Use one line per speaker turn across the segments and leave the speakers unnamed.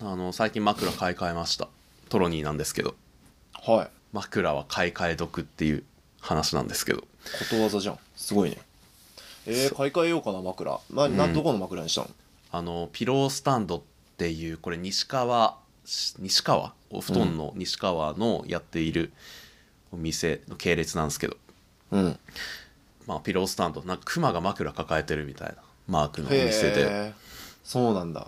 あの最近枕買い替えましたトロニーなんですけど
はい
枕は買い替え得っていう話なんですけど
ことわざじゃんすごいねえー、買い替えようかな枕なな、
うん
どこの枕にしたの
あのピロースタンドっていうこれ西川し西川お布団の西川のやっているお店の系列なんですけど、
うん
まあ、ピロースタンドなんか熊が枕抱えてるみたいなマークのお店で
へえそうなんだ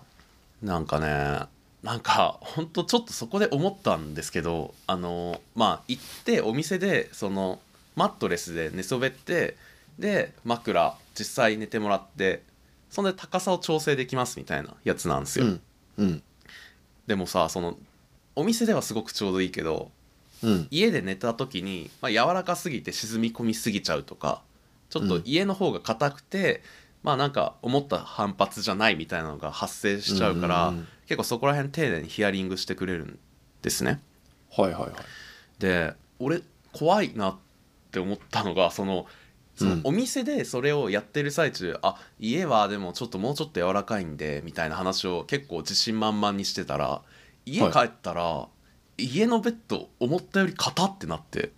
なんかねなんかほんとちょっとそこで思ったんですけどあのまあ行ってお店でそのマットレスで寝そべってで枕実際寝てもらってそんで高さを調整できますみたいなやつなんです
う
よ。
んうん
でもさそのお店ではすごくちょうどいいけど
うん
家で寝た時に、まあ、柔らかすぎて沈み込みすぎちゃうとかちょっ
う
と
ん
家の方が硬くて、まあなんか思った反発じゃないみたいなのが発生しちゃうから、
うんうんうん
結構そこら辺丁寧にヒアリングしてくれるんですね。
はいはいはい
で俺怖いなって思ったのがそのその
うん
お店でそれをやってる最中、あ家はでもちょっともうちょっと柔らかいんでみたいな話を結構自信満々にしてたら家
はい
帰ったら、家のベッド思ったより硬ってなって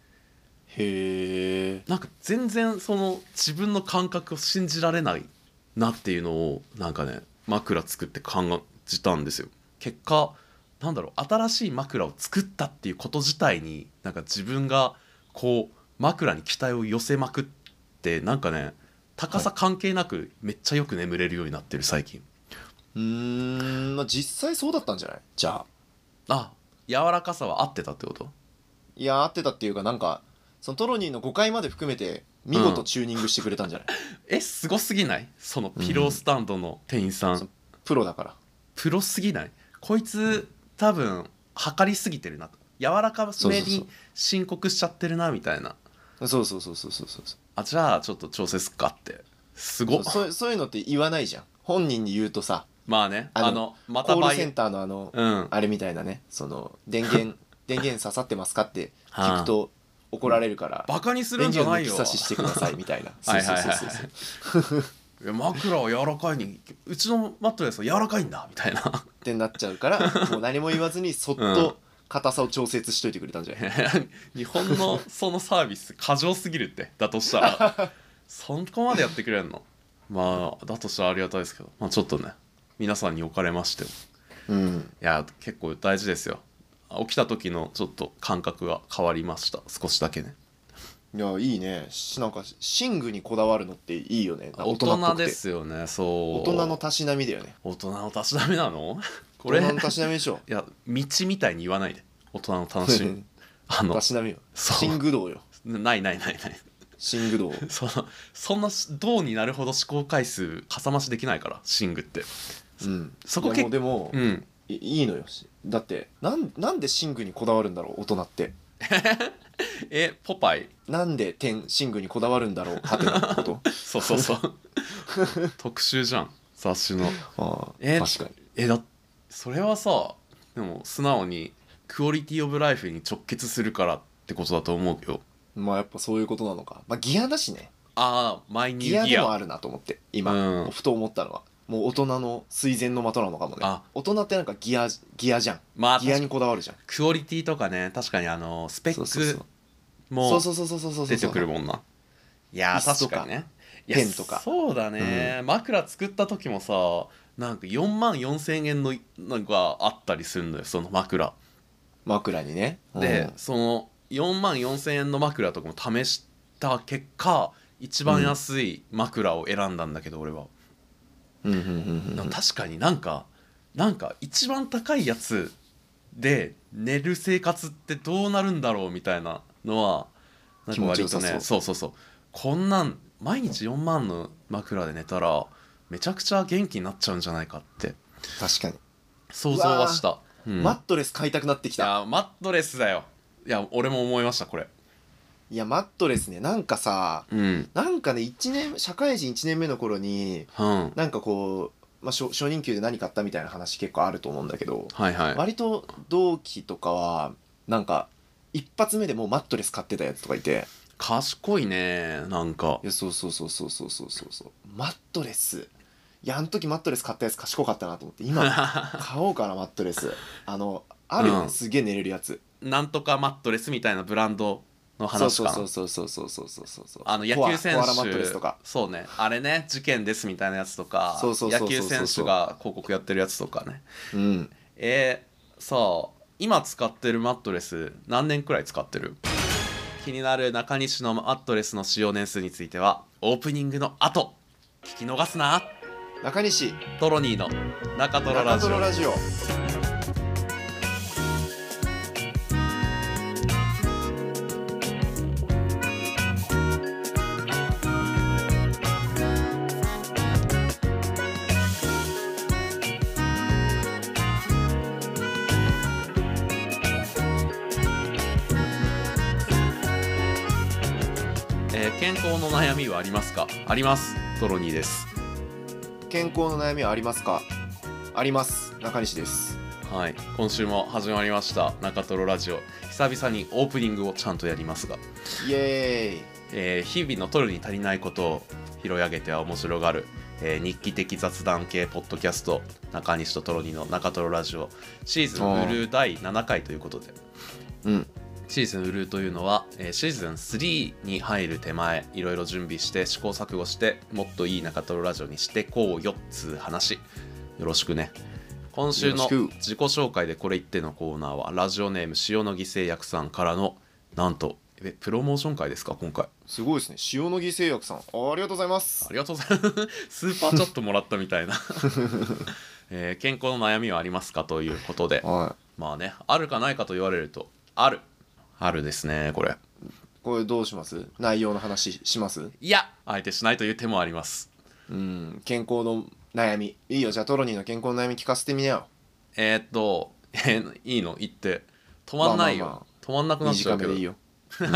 へえ
なんか全然その自分の感覚を信じられないなっていうのをなんかね枕作って感じたんですよ結果なんだろう新しい枕を作ったっていうこと自体になんか自分がこう枕に期待を寄せまくってなんかね高さ関係なくめっちゃよく眠れるようになってる最近
うーんまあ実際そうだったんじゃないじゃあ
あ柔らかさは合ってたってこと
いや合ってたっていうかなんかそのトロニーの5回まで含めて見事チューニングしてくれたんじゃない、
えすごすぎないそのピロースタンドの店員さん、
そ プロだから
プロすぎないこいつ多分測りすぎてるな柔らか
そう
め
そうそう
に申告しちゃってるなみたいな
そうそうそうそうそうそうそ
あじゃあちょっと調整すっかってすごっ
うそうそういうのって言わないじゃん本人に言うとさ
まあねあ
あ
の
の
また
コール
倍
センターのあの、
うん
あれみたいなねその電源電源刺さってますかって聞くと怒られるから
バカにする
電
んじゃ
源を
な
抜
い
き
よ
差ししてくださいみたいな
はいはいはい
そうそうそうそう
いや枕は柔らかいにうちのマットレスは柔らかいんだみたいな
ってなっちゃうからもう何も言わずにそっ
うん
と硬さを調節しといてくれたんじゃない、
日本のそのサービス過剰すぎるってだとしたら そこまでやってくれんのまあだとしたらありがたいですけど、まあ、ちょっとね皆さんにおかれましても
うん
いや結構大事ですよ起きた時のちょっと感覚が変わりました少しだけね
いやいいねしなんか寝具にこだわるのっていいよね
大
っぽ
人
くて
ですよねそう
大人のたしなみだよね
大人のたしなみなのこ
大
れい
人のたしなみでしょ
や道みたいに言わないで大人の楽し みあの
たしなみよ
そう
寝具道よ
ないないないない
寝具道
そのそんな銅になるほど試行回数かさ増しできないから寝具って
うん
そこ
いやもうでも、
うん
いいいのよしだってなんなんで寝具にこだわるんだろう大人って
えポパイ
なんで天寝具にこだわるんだろうはてなってこと
そうそうそう特集じゃん雑誌の
ああ
え
確かに
えだそれはさでも素直にクオリティオブライフに直結するからってことだと思うよ
まあやっぱそういうことなのかまあギアだしね
ああマイニ
ギ
ュー
ア
ギ
でも
ア
あるなと思って今、
うん
ふと思ったのはもう大人の垂涎の的なのかもね
あ
大人ってなんかギアギアじゃん
まあ
ギア
確か
にこだわるじゃん
クオリティとかね確かにあのスペ
そう
ッ
そうそう
ク
そ
も
うそうそうそうそうそう
出てくるもんないやー
椅子と
確
か
かにねい
ペンとか
やそうだね、枕作った時もさなんか4万4千円のなんかあったりするんだよその枕
枕にね
で、その4万4,000円の枕とかも試した結果一番安い枕を選んだんだけど、俺は、
うん、うんうんうんうん
でも確かになんかなんか一番高いやつで寝る生活ってどうなるんだろうみたいなのはなんか割とね
気持ちよさ
そうそうそうこんなん毎日4万の枕で寝たらめちゃくちゃ元気になっちゃうんじゃないかって
確かに、
想像はしたうん
マットレス買いたくなってき
い
た
やマットレスだよいや俺も思いましたこれ
いやマットレスねなんかさ
うん
なんかね1年社会人1年目の頃に
うん
なんかこう、まあ、初初任給で何買ったみたいな話結構あると思うんだけど
はいはい。
割と同期とかはなんか一発目でもうマットレス買ってたやつとかいて
賢いね、なんか
い。やそうそうそうそうそうそうそうそうマットレスいやあの時マットレス買ったやつ賢かったなと思って今買おうかなマットレ スあのあるよね、
うん
すげえ寝れるやつ
なんとかマットレスみたいなブランドの話か
そう
な
そうそうそうそうそうそうそうそう
あの野
コア
球選
コアラマットレスとか
手そうねあれね事件ですみたいなやつとか
そうそうそうそう
野球選手が広告やってるやつとかね
うん
えー、さあ今使ってるマットレス何年くらい使ってる気になる中西のマットレスの使用年数についてはオープニングの後聞き逃すな
中西
トロニーの中トロラジ
中ト
オ
ロラジオ
えー健康の悩みはありますかありますトロニーです
健康の悩みはありますかあります中西です
はい今週も始まりました中トロラジオ久々にオープニングをちゃんとやりますが
イエーイ
えー日々の取るに足りないことを拾い上げては面白がる、えー日記的雑談系ポッドキャスト中西とトロニーの中トロラジオシーズンウルー第7回ということで
うん
シーズンウルーというのは、えーシーズン3に入る手前いろいろ準備して試行錯誤してもっといい中トロラジオにしてこうよっつう話よろしくね今週の
よろしく
自己紹介でこれ言ってのコーナーはラジオネーム塩野義製薬さんからのなんとえプロモーション会ですか今回
すごいですね塩野義製薬さんあありがとうございます
ありがとうございます。スーパーチャットもらったみたいな、 えー健康の悩みはありますかということで、
は
まあね、あるかないかと言われると、ある。あるですね、これ。
いこれどうします内容の話します
いや、相手しないという手もあります。
うん健康の悩みいいよじゃあトロニーの健康の悩み聞かせてみなよ
えーっと、 えーいいの言って、止まんないよ。
まあまあま
止まんなくなっちゃ
短
うけ
め
ど、
でいいよ、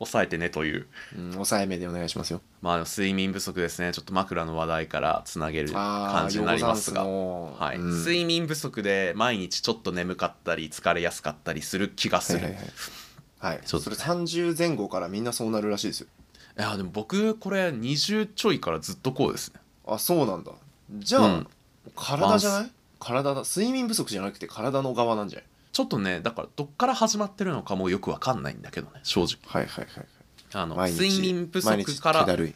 抑えてねという。
うん、抑えめでお願いしますよ
まあ、睡眠不足ですね。ちょっと枕の話題からつなげる
あ
感
あ
じになりますが。
の
はい
うんはい
睡眠不足で毎日ちょっと眠かったり疲れやすかったりする気がす
は
る、
いはいはい
ちょ
そ
っと
れ
ね
30前後からみんなそうなるらしいですよ
いやでも僕これ20ちょいからずっとこうですね
あそうなんだじゃあ、
うん
体じゃない体だ睡眠不足じゃなくて体の側なんじゃない
ちょっとねだからどっから始まってるのかもよくわかんないんだけどね正直
はいはいはい
あの
毎日
睡眠不足か
毎日気だ
ら
るい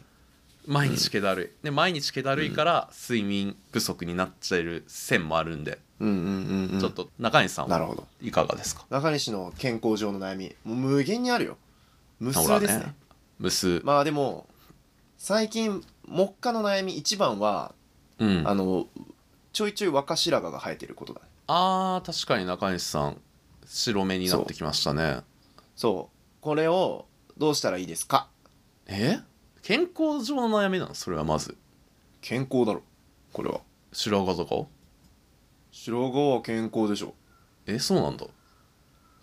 毎日気だるい、で毎日気だるいから睡眠不足になっちゃう線もあるんで、
うんうんうん、うん、
ちょっと中西さん
な
は
るほど
いかがですか
中西の健康上の悩みもう無限にあるよ無
ほら
数ですね
無数、
まあでも最近目下の悩み一番は、
うん、
あ
あ
のちょいちょい若白髪が生えてることだね
あー確かに中西さん白目になってきましたね
そうこれをどうしたらいいですか
え健康上の悩みなのそれはまず
健康だろこれは
白髪とか
白髪は健康でしょ
えそうなんだ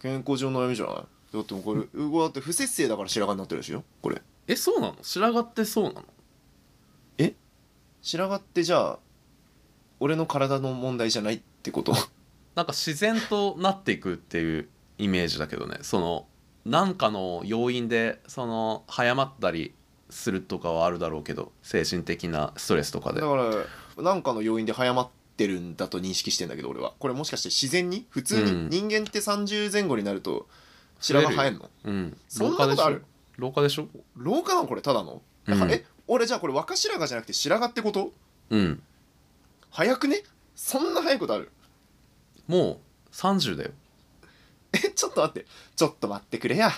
健康上の悩みじゃないだってもうこれうわだって不節制だから白髪になってるでしょこれ
えそうなの白髪ってそうなの
白髪ってじゃあ俺の体の問題じゃないってこと
なんか自然となっていくっていうイメージだけどねそのなんかの要因でその早まったりするとかはあるだろうけど精神的なストレスとかで
だからなんかの要因で早まってるんだと認識してんだけど俺はこれもしかして自然に普通
うん
に人間って30前後になると白髪生えんの
うん
そんなことある
老化でしょ
老化なのこれただの
うん
だから、え俺じゃあこれ若白髪じゃなくて白髪ってこと
うん
早くねそんな早いことある
もう30だよ
えちょっと待ってちょっと待ってくれや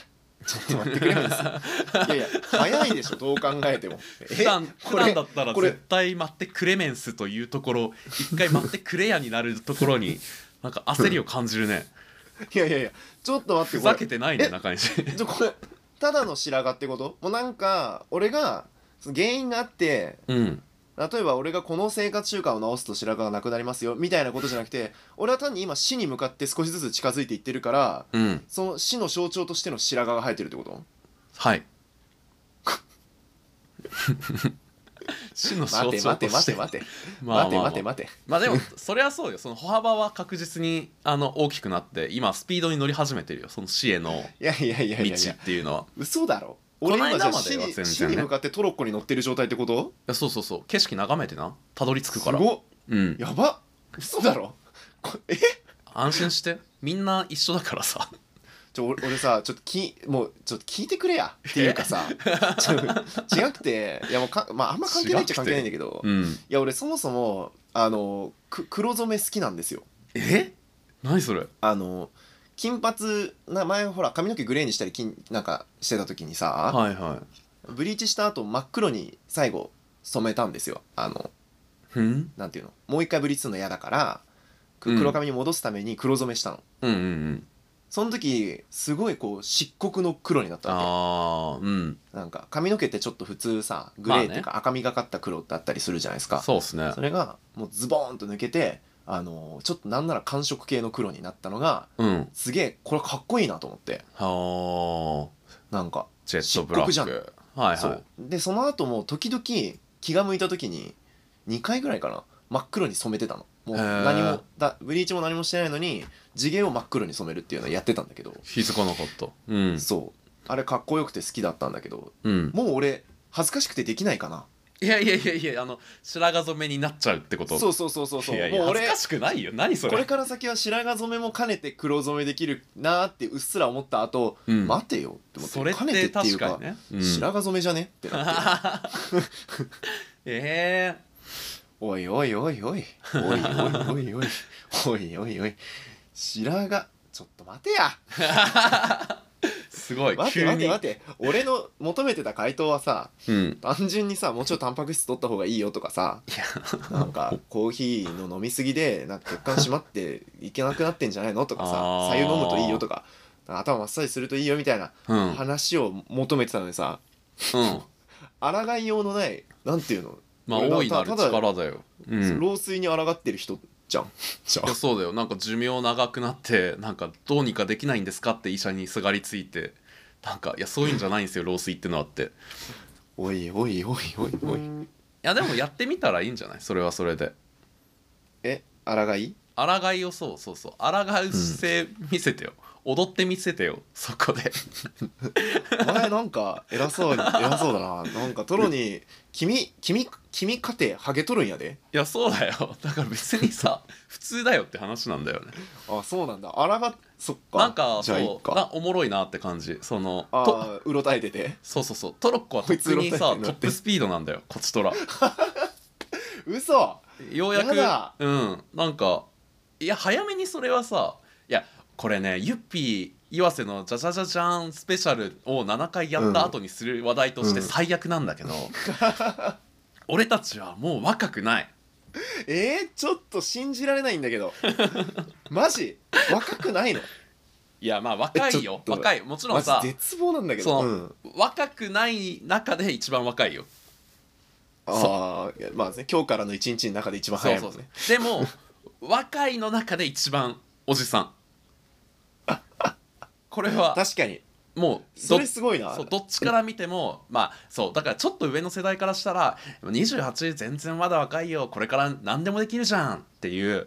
ちょっと待ってくれやですいやいや早いでしょどう考えてもえ
普段普
これ
段だったら
これ
絶対待ってクレメンスというところ一回待ってクレアになるところになんか焦りを感じる ね
いやいやいやちょっと待
ふ
ってこ
ざ
れ
けてないね
え
中西
ちょこれただの白髪ってこともうなんか俺がその原因があって
うん
例えば俺がこの生活習慣を直すと白髪がなくなりますよみたいなことじゃなくて俺は単に今死に向かって少しずつ近づいていってるから
うん
その死の象徴としての白髪が生えてるってこと
はい。 死の
待
象
て
徴と
待て
し
待
て
て待て
まあ
待て
まあ
待て
まあ
待て
まあでもそれはそうよその歩幅は確実にあの大きくなって今スピードに乗り始めてるよその死への
いやいやいや
道
いやいや
っていうのは
嘘だろ俺今
この
じゃ
間
あ
まで
死
は
に,、
全然ね
死に向かってトロッコに乗ってる状態ってこと
やそうそうそう景色眺めてなたどり着く
す
から
ごっ
うん
やばっ嘘だろこえ
安心してみんな一緒だからさ
ちょ俺俺さちょっときもうちょっと聞いてくれやっていうかさちょ違くていやもうか、まあ、あんま関係ないっちゃ関係ないんだけど、い
うん
や俺そもそもあのく黒染め好きなんですよ
え何それ
あの金髪な前ほら髪の毛グレーにしたり金なんかしてた時にさ、
はいは
ブリーチした後真っ黒に最後染めたんですよあの
いふん
なんていうのもう一回ブリーチするの嫌だからく
うん
黒髪に戻すために黒染めしたの、
うんうんうん
その時すごいこう漆黒の黒になったわ
ああうん
けなんか髪の毛ってちょっと普通さグレーっていうか赤みがかった黒だったりするじゃないですか、
そうっすね
それがもうズボーンと抜けてあのーちょっとなんなら寒色系の黒になったのが
うん
すげえこれかっこいいなと思って
はあ
なんか、
ジェットブラ
漆黒じゃ
ッ
ん
クはい
そ
は
うでその後も時々気が向いた時に2回ぐらいかな真っ黒に染めてたのもう
へー
何もだブリーチも何もしてないのに地毛を真っ黒に染めるっていうのをやってたんだけど、
い気づかなかったうん
そうあれかっこよくて好きだったんだけど
うん
もう俺恥ずかしくてできないかない
やいやいやいやあの白髪染めになっちゃうってこと
そううそうそうそうそう
やいや
もう
恥
俺
ずかしくないよ何それ
これから先は白髪染めも兼ねて黒染めできるなーってうっすら思った後、
うん
待てよって思って
それっ
兼ねて
て
ってい
確
う
か
か
にね、うん
白髪染めじゃねってなっ て
え
おいおいおいおいおいおいおいおいおいおいおい白髪ちょっと待てや
えすごい
待て
急
待て
に
待て俺の求めてた回答はさ
うん
単純にさもうちょいタンパク質取った方がいいよとかさ
いや
な んかコーヒーの飲みすぎでなんか血管締まっていけなくなってんじゃないのとかさ
あー
白湯飲むといいよとか頭マッサージするといいよみたいな
うんうん
話を求めてたのにさ抗いようのないなんていうの、
まあ
俺が
大いなる
たただ
力だようん
老衰に抗ってる人じゃんじゃ
いや
あ
そうだよなんか寿命長くなってなんかどうにかできないんですかって医者にすがりついてなんかいやそういうんじゃないんですよ老衰ってのはってい
おいおいおいおいおい
やでもやってみたらいいんじゃないそれはそれで
え抗い
抗いをそうそうそう抗う姿勢見せてよ、踊って見せてよそこで
お前なんか偉そうに偉そうだななんかトロに君君君勝てハゲとるんやで
いやそうだよだから別にさ 普通だよって話なんだよね
あそうなんだ抗っそっか
なんか
じゃあい
そ
っ
う
か
なおもろいなって感じその
あ
と
ーうろたえてて
そうそうそうトロッコは
こいつ
特にさ
うろたえてん
ト
な
ップスピードなんだよこっちとら
嘘
ようやく
やだ
うんなんかいや早めにそれはさいやこれねゆっぴー岩瀬の「じゃじゃじゃじゃん」スペシャルを7回やった後にする話題として
うん
最悪なん だけど、俺たちはもう若くない
えー、ちょっと信じられないんだけど マジ若くないの
いやまあ若い
えちょ
よ
っと
若いもちろ
マ
ん
ジ
さ
絶望なんだけど
そう
うん、
若くない中で一番若いよ
ああまあね今日からの一日の中で一番
そ
早
う
い
そ
もん
う
ね
そうでも若いの中で一番おじさ んこれは
確かに
もう
そ
ど
れすごいな
そうどっちから見てもまあそうだからちょっと上の世代からしたら28全然まだ若いよこれから何でもできるじゃんっていう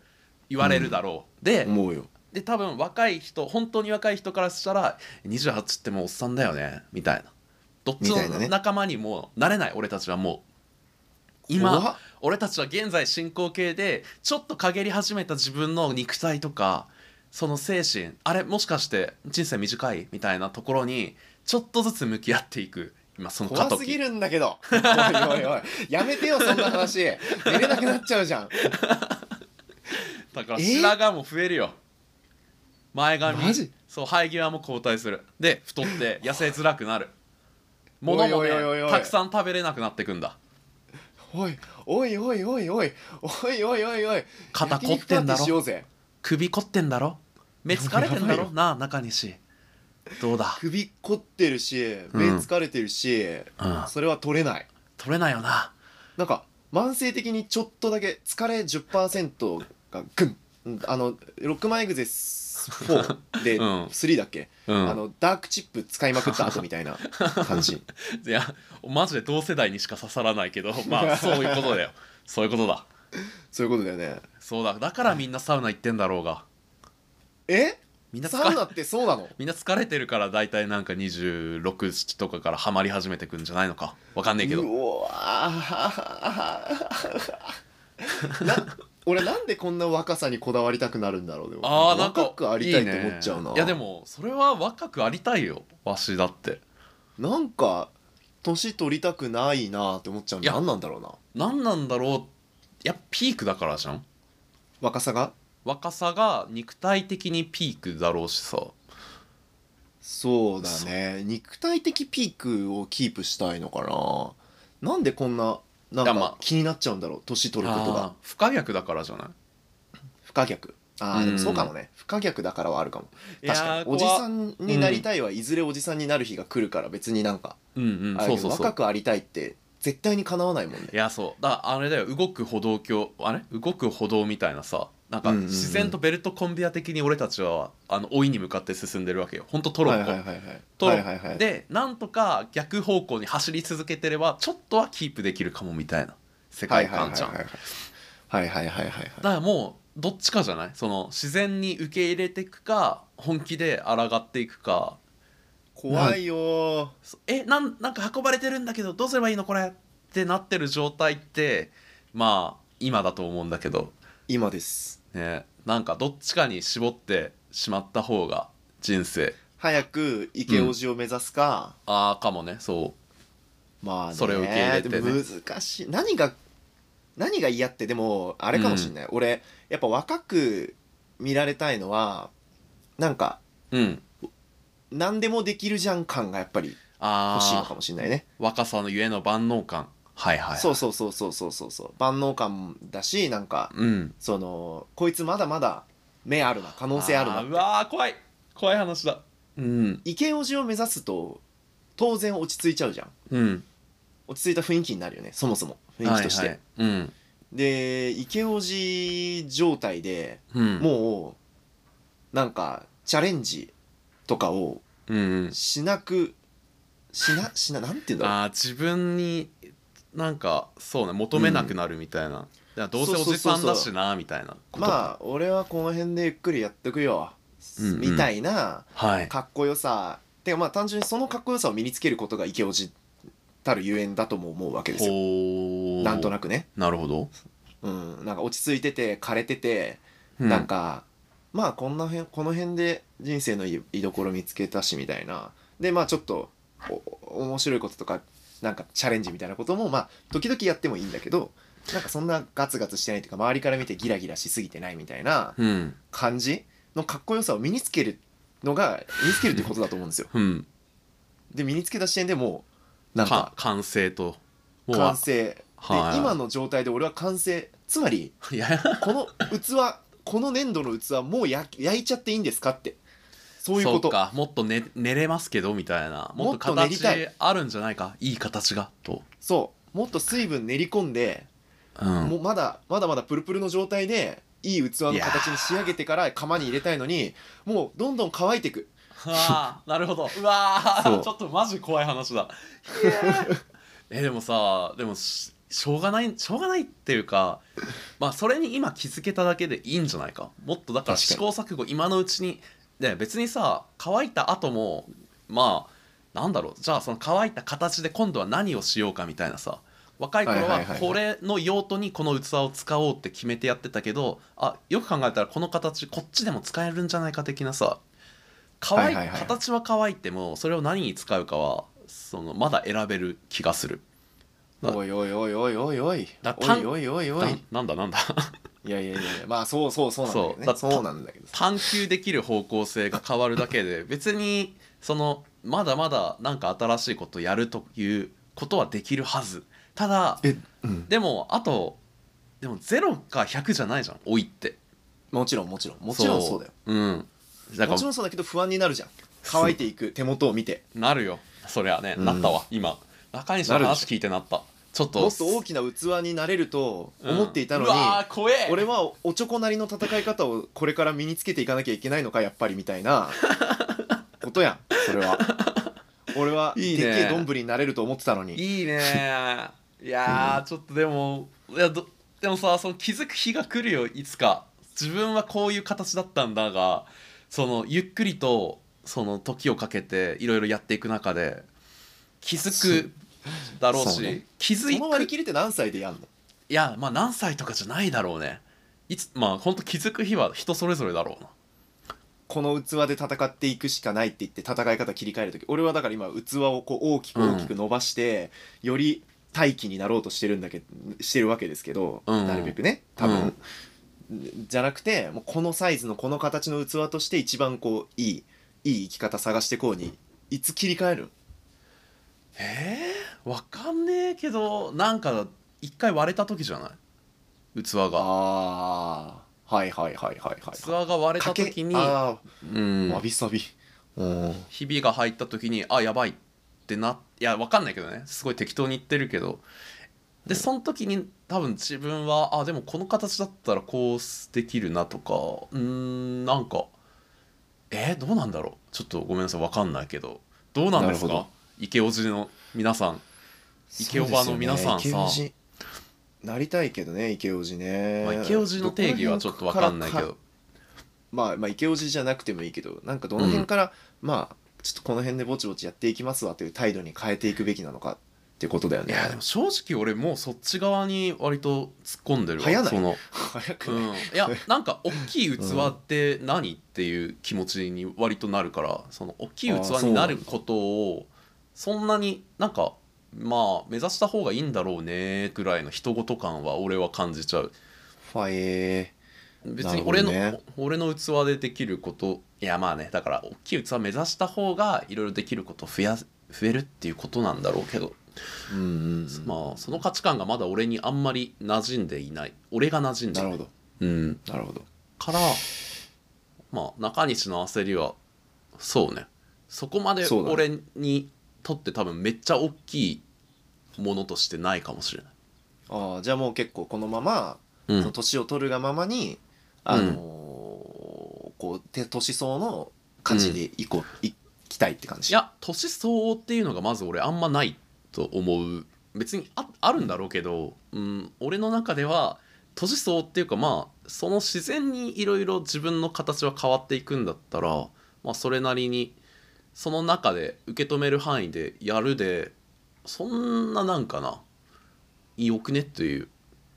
言われるだろう、で
思うよ
で多分若い人本当に若い人からしたら28ってもうおっさんだよねみたいなどっち
みたいな
の
ね
仲間にもなれない俺たちはもう
怖っ
今俺たちは現在進行形でちょっと陰り始めた自分の肉体とかその精神あれもしかして人生短いみたいなところにちょっとずつ向き合っていく今その過
怖
渡
すぎ
期
るんだ けどおいおいおいやめてよそんな話寝れなくなっちゃうじゃん
だから
え
白髪も増えるよ前髪
マジ
そう生え際も後退するで太 って痩せづらくなる物も
お
ね
いおいおいおい
たくさん食べれなくなってくんだ
おいおいおいおいおいおいおいおいおい
肩凝ってんだろ
焼肉パーティーしようぜ
首凝ってんだろ目疲れてんだ
やばい
ろ
よ
なあ中西どうだ
首凝ってるし目
うん
疲れてるし、
うん
それは取れない
取れないよな
なんか慢性的にちょっとだけ疲れ10%がグンうんあのロックマンエグゼス4 で
うん
3だっけ、
うん
あのダークチップ使いまくった後みたいな 感じ
いやマジで同世代にしか刺さらないけ どまあそういうことだよそういうことだ
そういうことだよね
そうだだからみんなサウナ行ってんだろうが
え
みんな疲
サウ
れ
ナってそうなの
みんな疲れてるから大体なんか267とかからハマり始めてくんじゃないのかわかんねえけど
うおーな俺なんでこんな若さにこだわりたくなるんだろうでも
あーなんか
若くありたいって思っちゃうない
い,、ね、いやでもそれは若くありたいよわしだって
なんか年取りたくないなって思っちゃう
い
の
や
何なんだろうな
何なんだろういやピークだからじゃん
若さが
若さが肉体的にピークだろうしさ
そうだね肉体的ピークをキープしたいのかななんでこんななん
いやまあ
か気になっちゃうんだろう年取ること
あ
が
ー不可逆だからじゃない
不可逆
う
ああ
ん
でもそうかもね不可逆だからはあるかも
いやー
確かに
ここは
おじさんになりたいはいずれおじさんになる日が来るから別になんか
うんうん
あ
そう
れだけど
そうそう
若くありたいって絶対にかなわないもんね
いやそうだあれだよ動く歩道橋あれ動く歩道みたいなさなんか
うんうんうん
自然とベルトコンベア的に俺たちはあの老いに向かって進んでるわけよほんとトロッコ、
はいはいはいはい
トロ
は
ッ
いはいはい
でなんとか逆方向に走り続けてればちょっとはキープできるかもみたいな世界観じゃん、
はいはいはいはいはいはいはい
だからもうどっちかじゃないその自然に受け入れていくか本気で抗っていくか
怖いよー
そえなんなんか運ばれてるんだけどどうすればいいのこれってなってる状態ってまあ今だと思うんだけど
今です
ねなんかどっちかに絞ってしまった方が人生
早く池オジを目指すか、
ああかもねそ
まあね
それを受け入れてね
でも難しい何が何が嫌ってでもあれかもしんない、俺やっぱ若く見られたいのはなんか
ううん
何でもできるじゃん感がやっぱり欲しいの
あ
か
あ
もしんないね
若さのゆえの万能感はいはい
そうそうそうそうそうそうそう万能感だしなんか
うん
そのこいつまだまだ目あるな可能性あるな
ーうわー怖い怖い話だうん
意見オジを目指すと当然落ち着いちゃうじゃん
うん
落ち着いた雰囲気になるよねそもそも雰囲気として、
はいはいうん
でイケオジ状態で
うん
もうなんかチャレンジとかを
うんうん
しなくしなしななんていうんだろう
あー自分になんかそうね求めなくなるみたいな、いやどうせおじさんだしなみたいなこと
まあ俺はこの辺でゆっくりやってくよ、
うんうん
みたいな
はい
かっこよさてかまあ単純にそのかっこよさを身につけることがイケオジたるゆえんだとも思うわけですよ
ほう
なんと
な
なくね、
なるほど
うん、なんか落ち着いてて枯れててなんか、まあこんな辺この辺で人生の居居所見つけたしみたいなでまあちょっとお面白いこととかなんかチャレンジみたいなこともまあ時々やってもいいんだけどなんかそんなガツガツしてないというか周りから見てギラギラしすぎてないみたいな
うんうん、
感じのかっこよさを身につけるのが身につけるってことだと思うんですよ。
うん、
で身につけた視点でもうなん
か
か
完成ともう
完成で
はい
今の状態で俺は完成つまり
いや
この器この粘土の器もう焼焼いちゃっていいんですかってそういう
そ
こ
う
と
かもっと寝寝れますけどみたいなもっと
もっと練り
形
たい
あるんじゃないかいい形がと、
そうもっと水分練り込んで、
うん、
もうまだまだまだプルプルの状態でいい器の形に仕上げてから釜に入れたいのにもうどんどん乾いてく
ああなるほどうわ
そ
ー
う
ちょっとマジ怖い話だえでもさでもししょうがないしょうがないっていうかまあそれに今気づけただけでいいんじゃないかもっとだから
確か
試
に
行錯誤今のうちにで別にさ乾いた後もまあなんだろうじゃあその乾いた形で今度は何をしようかみたいなさ若い頃
はい
は
はいはいはい
これの用途にこの器を使おうって決めてやってたけどあよく考えたらこの形こっちでも使えるんじゃないか的なさ乾い、
はいはいはい
形は乾いてもそれを何に使うかはそのまだ選べる気がするだ
おいおいおいおいおいおい
だ
おいおいおいお
ないなんだなんだ
いやいやいやいやまあそうそうそうなんだけどね
そ
そうう
だ
なんだけどさ
探求できる方向性が変わるだけ で別にそのまだまだなんか新しいことやるということはできるはずただ
え、うん、
でもあとでも0か100じゃないじゃん老いって
もちろんもちろんもちろんそうだよ
うんだか
もちろ
ら
んそうだけど不安になるじゃん乾いていく手元を見て
なるよそりゃね、
うん
なったわ今中西の
なるでし
話聞いてなったちょっと
もっと大きな器になれると思っていたのに、
うんうわー怖え
俺はおちょこなりの戦い方をこれから身につけていかなきゃいけないのかやっぱりみた いなことやんそれは俺はで
いい
っ
ね
けえどんぶりになれると思ってたのに
いいねーいやーちょっとでもいやどでもさその気づく日が来るよいつか自分はこういう形だったんだがそのゆっくりとその時をかけていろいろやっていく中で気づくだろうし
そうね
気づ
その割り
いく
切りって何歳でやんの
いやまあ何歳とかじゃないだろうねいつまあ本当気づく日は人それぞれだろうな
この器で戦っていくしかないって言って戦い方切り替える時俺はだから今器をこう大きく大きく伸ばして、より大気になろうとしてるんだけしてるわけですけど、
うん
なるべくね多分、じゃなくてもうこのサイズのこの形の器として一番こういいいい生き方探してこうにいつ切り替える
えー、わかんねえけどなんか一回割れた時じゃない器が
ああはいはいはいはいはい
器が割れた時に、
あ
う
あ
ん
わびさびうん
ひびが入った時にあやばいってないやわかんないけどねすごい適当に言ってるけどでその時に多分自分はあでもこの形だったらこうできるなとかうーんなんかえーどうなんだろうちょっとごめんなさいわかんないけどどうなんです
なるほ
か池尾寺の皆さん、池尾場の皆さんさ
そうですよね池尾寺なりたいけどね池尾寺ね、
まあ、池尾寺の定義はちょっとわかんないけど
まあ、まあ池尾寺じゃなくてもいいけどなんかどの辺から、まあちょっとこの辺でぼちぼちやっていきますわという態度に変えていくべきなのかってことだよ
い
ね
やでも正直俺もうそっち側に割と突っ込んでるわ
早ない
その
早く
う
ね、
ん、いやなんか大きい器って何、っていう気持ちに割となるからその大きい器になることをそんなになんかまあ目指した方がいいんだろうねぐらいの人事感は俺は感じちゃう
ファイ
別
な
に
るほ
俺の、
どね
俺の器でできることいやまあねだから大きい器目指した方がいろいろできること増や増えるっていうことなんだろうけど、
うんうん
まあその価値観がまだ俺にあんまり馴染んでいない俺が馴染んで
ないる
ない
ほど
うん
なるほど
からまあ中西の焦りはそうねそこまで
そうだね
俺にとって多分めっちゃ大きいものとしてないかもしれない。
ああじゃあもう結構このまま、
うん
その年を取るがままにあのーこうて年相の感じでいこう、いきたいって感じ
いや年相応っていうのがまず俺あんまないと思う別にああるんだろうけど、うん、俺の中では年相応っていうかまあその自然にいろいろ自分の形は変わっていくんだったら、まあ、それなりにその中で受け止める範囲でやるでそんななんかないいよくねっていう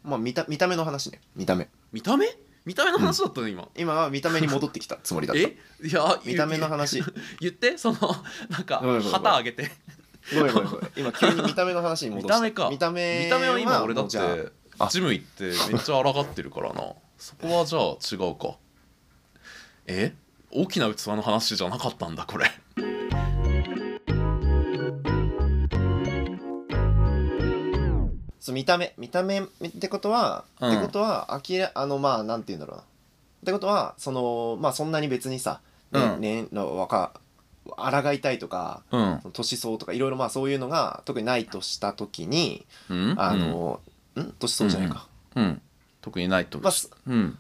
まあ見た見た目の話ね見た目
見た目見た目の話だったね、今。
今は見た目に戻ってきたつもりだっ た
えいや
見た目の話
言ってそのなんか
ごめんごめんごめん
旗あげて
ごめんごめ んごめん今急に見た目の話に
見
戻した
た目か
見た目
見た目は今俺だっ
じ
て
ゃあ
ジム行ってめっちゃ抗ってるからなそこはじゃあ違うかえ大きな器の話じゃなかったんだこれ
あそう見た目見た目ってことは、
うん
ってことはあきれあのまあなんて言うんだろうなってことはそのまあそんなに別にさ
う
ね
ん
年、の若抗いたいとか
うん
年相とかいろいろまあそういうのが特にないとした時に
うん
あの、ん年相じゃないか、
うん特にないと思う
まあそ
うん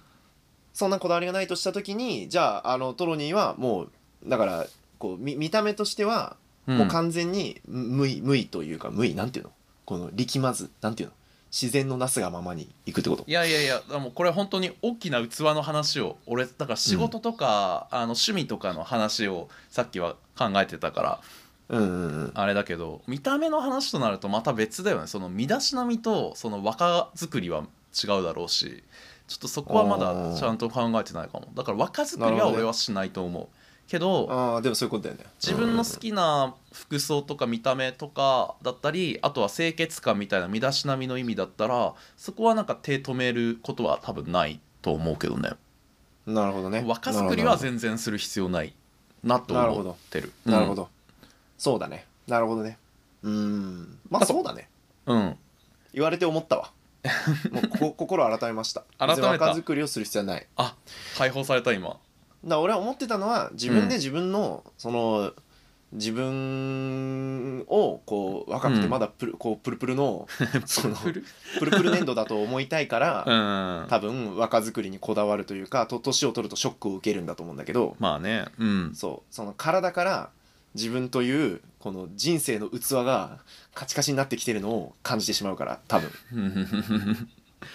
そんなこだわりがないとした時にじゃああのトロニーはもうだからこう見見た目としては
うん
もう完全に無い無いというか無いなんていうのこの力まずなんていうの自然のなすがままにいくってこと
いやいやいやでもこれ本当に大きな器の話を俺だから仕事とか、あの趣味とかの話をさっきは考えてたから
うんうんうん
あれだけど見た目の話となるとまた別だよねその身だしなみとその若作りは違うだろうしちょっとそこはまだちゃんと考えてないかもだから若作り
なる
は
ほどね
俺はしないと思うけど
ああでもそういうことだよね
自分の好きな服装とか見た目とかだったりあとは清潔感みたいな身だしなみの意味だったらそこはなんか手止めることは多分ないと思うけどね
うんなるほどね
若作りは全然する必要ないなと
なるほ
思
ど
ってる
なるほ
ど
ど、そうだねなるほどねうんまあそうだね
うん
言われて思っ たわもうこ心改めました
改めた
別に若作りをする必要はない
あ解放された 今
だから俺は思ってたのは自分で自分の、その自分をこう若くてまだプル,、こうプルプ ルのその
フル
プルプル粘土だと思いたいから、
うん
多分若作りにこだわるというかと年を取るとショックを受けるんだと思うんだけど
まあね うん
そうその体から自分というこの人生の器がカチカチになってきてるのを感じてしまうから多分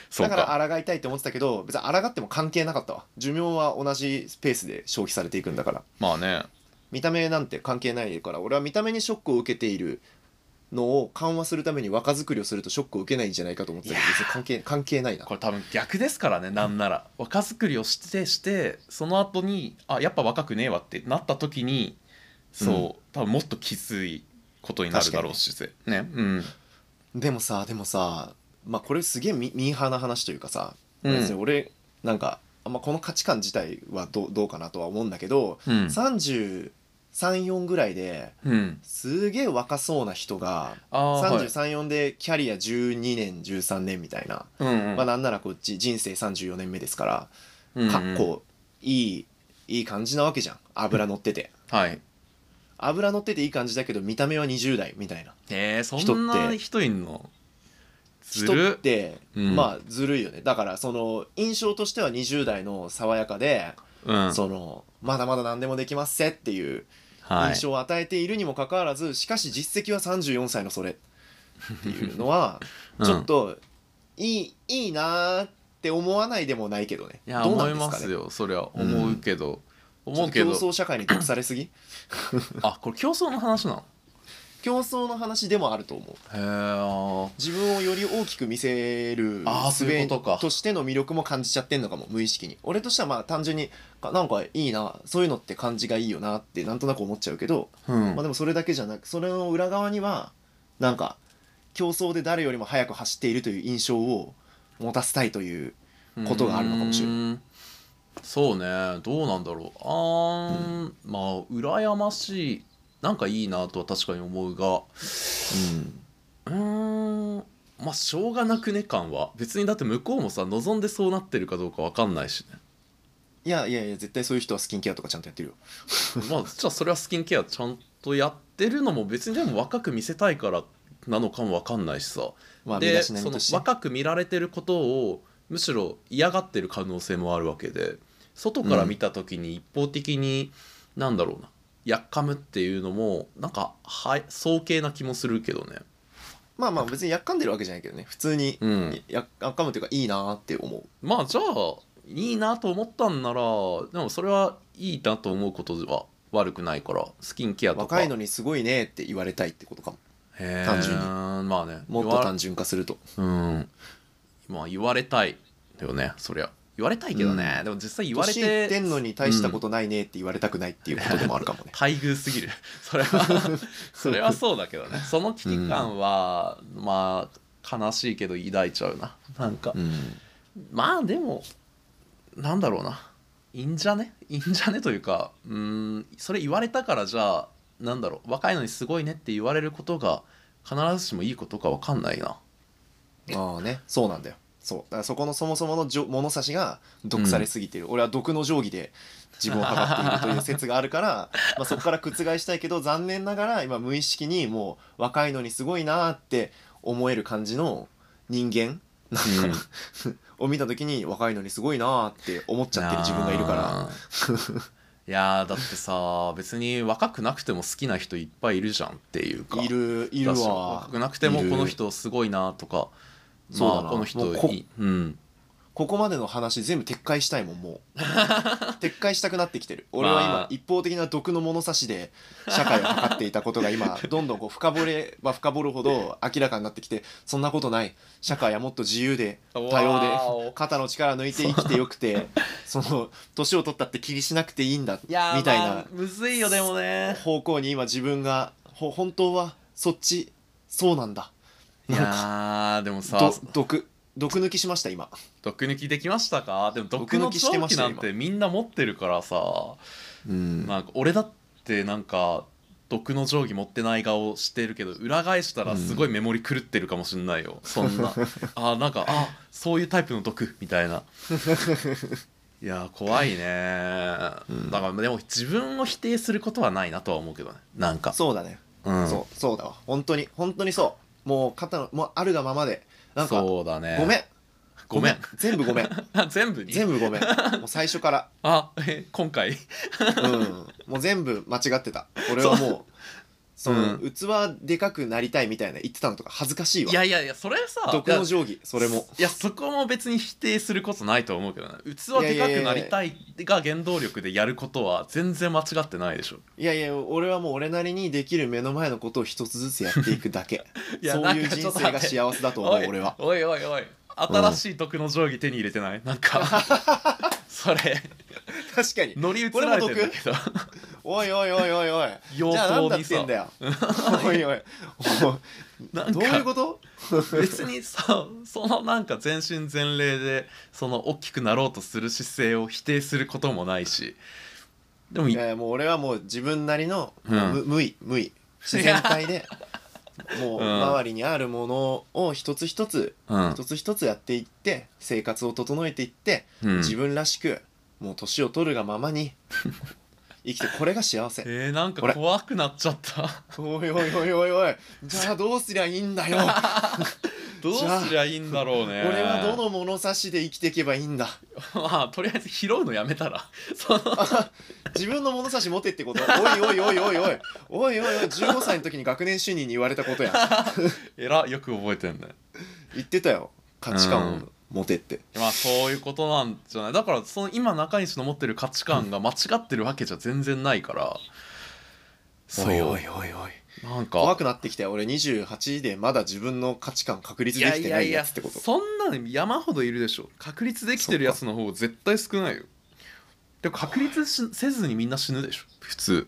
そう
だ
か
から抗いたいって思ってたけど別に抗っても関係なかったわ寿命は同じペースで消費されていくんだから
まあね
見た目なんて関係ないから俺は見た目にショックを受けているのを緩和するために若作りをするとショックを受けないんじゃないかと思ってたけど
いやー
別に関係関係ないな
これ多分逆ですからねなんなら若作りをしてしてその後にあやっぱ若くねえわってなった時にそう、
うん
多分もっときついことになるだろうしねうん
でもさでもさまあこれすげえミミーハーな話というかさ、
うん
別に俺なんかあんまこの価値観自体はどうどうかなとは思うんだけど、
うん
334ぐらいで
うん
すげえ若そうな人が
ああはい
334でキャリア12年13年みたいな、
うんうん
まあなんならこっち人生34年目ですから
うんうん
かっこいいいい感じなわけじゃん油乗ってて
はい
油乗ってていい感じだけど見た目は20代みたいな
えー、そん
人っ
な
て
人いんのず
人っ
る
て、
うん
まあずるいよねだからその印象としては20代の爽やかで、
うん
そのまだまだ何でもできますせっていう
はい
印象を与えているにもかかわらず、しかし実績は34歳のそれっていうのは
うん
ちょっといい,、いいなーって思わないでもないけどね
いや
どう
思
なん
い
です
ま
か
す
ね
よそりゃ思うけど、思うけ
ちょ
ど
っと競争社会に毒されすぎ
あこれ競争の話なの
競争の話でもあると思う
へえあ
自分をより大きく見せる
あーそういうことか
術としての魅力も感じちゃってんのかも無意識に俺としてはまあ単純にかなんかいいなそういうのって感じがいいよなってなんとなく思っちゃうけど、
ーうん
まあ、でもそれだけじゃなくそれの裏側にはなんか競争で誰よりも速く走っているという印象を持たせたいということがあるのかもしれないう
ーんそうねどうなんだろうあーん、まあ羨ましいなんかいいなとは確かに思うがうーんまあしょうがなくね感は別にだって向こうもさ望んでそうなってるかどうかわかんないしね
いやいやいや絶対そういう人はスキンケアとかちゃんとやってるよ
まあじゃあそれはスキンケアちゃんとやってるのも別にでも若く見せたいからなのかもわかんないしさ
まあ身
で
だし
そ
なみ
の
として
若く見られてることをむしろ嫌がってる可能性もあるわけで外から見た時に一方的に、なんだろうなやっかむっていうのもなんかは早計な気もするけどね。
まあまあ別にやっかんでるわけじゃないけどね普通に
うん、
やっやっかむというかいいなーって思う
まあじゃあいいなと思ったんならでもそれはいいなと思うことは悪くないからスキンケアとか
若いのにすごいねって言われたいってことかも
へー
単純に
まあね
もっ
言
と
わ
単純化すると
うんまあ言われたいよねそりゃ言われたいけどね、
うん
でも実際言われ
年
て
いってんのに大したことないねって言われたくないっていうことでもあるかもね
待遇すぎる それ は それはそうだけどねその危機感は、まあ悲しいけど抱いちゃうななんか、
うん
まあでもなんだろうないいんじゃねいいんじゃねというかうーんそれ言われたからじゃあなんだろう若いのにすごいねって言われることが必ずしもいいことかわかんないな
ああねそうなんだよそうだからそこのそもそものじょ物差しが毒されすぎてる、俺は毒の定規で自分を測っているという説があるから まあそこから覆したいけど残念ながら今無意識にもう若いのにすごいなーって思える感じの人間なんか、を見た時に若いのにすごいなーって思っちゃってる自分がいるから
らいやーだってさ別に若くなくても好きな人いっぱいいるじゃんっていうか
いるいる
だし
わ
若くなくても
いる
この人すごいなとか
そうだな
まあこの人
もうこ
いいうん
ここまでの話全部撤回したいもんも う撤回したくなってきてる俺は今、
まあ
一方的な毒の物差しで社会を測っていたことが 今どんどんこう深掘れば深掘るほど明らかになってきてそんなことない社会はもっと自由で多様
わー
で
お
肩の力抜いて生きてよくてその年を取ったって気にしなくていいんだみたい
まあ
な
むずいよでもね
方向に今自分がほ本当はそっちそうなんだ
い
なんか
やーでもさ
ど毒毒抜きしました今
毒抜きできましたかでも毒
毒
の
抜きして
臓
ま
器
した
な
よ
んてみんな持ってるからさ
うん
なんか俺だってなんか毒の定規持ってない顔してるけど裏返したらすごいメモリ狂ってるかもしんないよ、そ んなあーなんかあそういうタイプの毒みたいないやー怖いねー、
うん
だからでも自分を否定することはないなとは思うけどねなんか
そうだね
うん
そうそうだわ本当に本当にそうもう肩のもうあるがままでなんか
そうだね
ごめん
ごめん
全部ごめん
全部に
全部ごめんもう最初か
あえ今回
らうんもう全部間違ってた俺はもうその、
う
器でかくなりたいみたいな言ってたのとか恥ずかしいわ
いやいやいやそれさ
毒の定規それも
いやそこも別に否定することないと思うけどね器でかくなりたいが原動力でやることは全然間違ってないでしょ
いやいや俺はもう俺なりにできる目の前のことを一つずつやっていくだけ
いや
そう
なん
いう
かちょ
人
っと
生が
待って
幸せだと思
お
う
い
俺は
おいおいおい新しい毒の定規手に入れてないなん かそれ
確かに
乗り移られてんだけど
おいおいおいおい おい
陽
じゃあ何だ
光
っ
に
て
さ
ん だよおいおい
な
おい
ん
どういう
か
こと
別にさそのなんか全身全霊でその大きくなろうとする姿勢を否定することもないしでも
いやいやもう俺はもう自分なりの、
うん
む無意無意自然体でもう
うん
周りにあるものを一つ一つ
うん
一つ一つやっていって生活を整えていって、
うん
自分らしくもう年を取るがままに生きてこれが幸せ
えー、なんか怖くなっちゃった
おいおいおいおいおいじゃあどうすりゃいいんだよ
どうすりゃいいんだろうね
俺はどの物差しで生きていけばいいんだ
まあとりあえず拾うのやめたら その
自分の物差し持てってことおいおいおいおいおいおいおいおい15歳の時に学年主任に言われたことや
えらよく覚えてんね
言ってたよ価値観を持てって、
まあそういうことなんじゃないだからその今中西の持ってる価値観が間違ってるわけじゃ全然ないからそう
おいおい
なんか
怖くなってきたよ俺28でまだ自分の価値観確立できてないやつってこと
そんなの山ほどいるでしょ確立できてるやつの方絶対少ないよでも確立しせずにみんな死ぬでしょ普通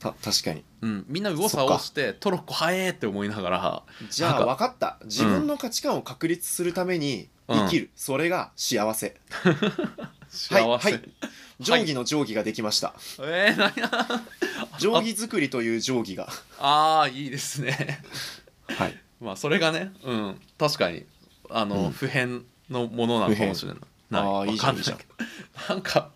た確かに
うんみんな右往左往してトロッコ早えって思いながら
じゃ
な
あ
んか
分かった自分の価値観を確立するために生きる、それが幸せ
幸せ、
はい、はい、定規の定規ができま した、
えー、何が
定規作りという定規が
ああいいですね
はい
まあそれがねうん確かにあの、
うん
普遍のものなのかもしれない
あ
な
あ
い
い
わ
いじゃ
か
ん
んない
い
い
じゃん
けど なんか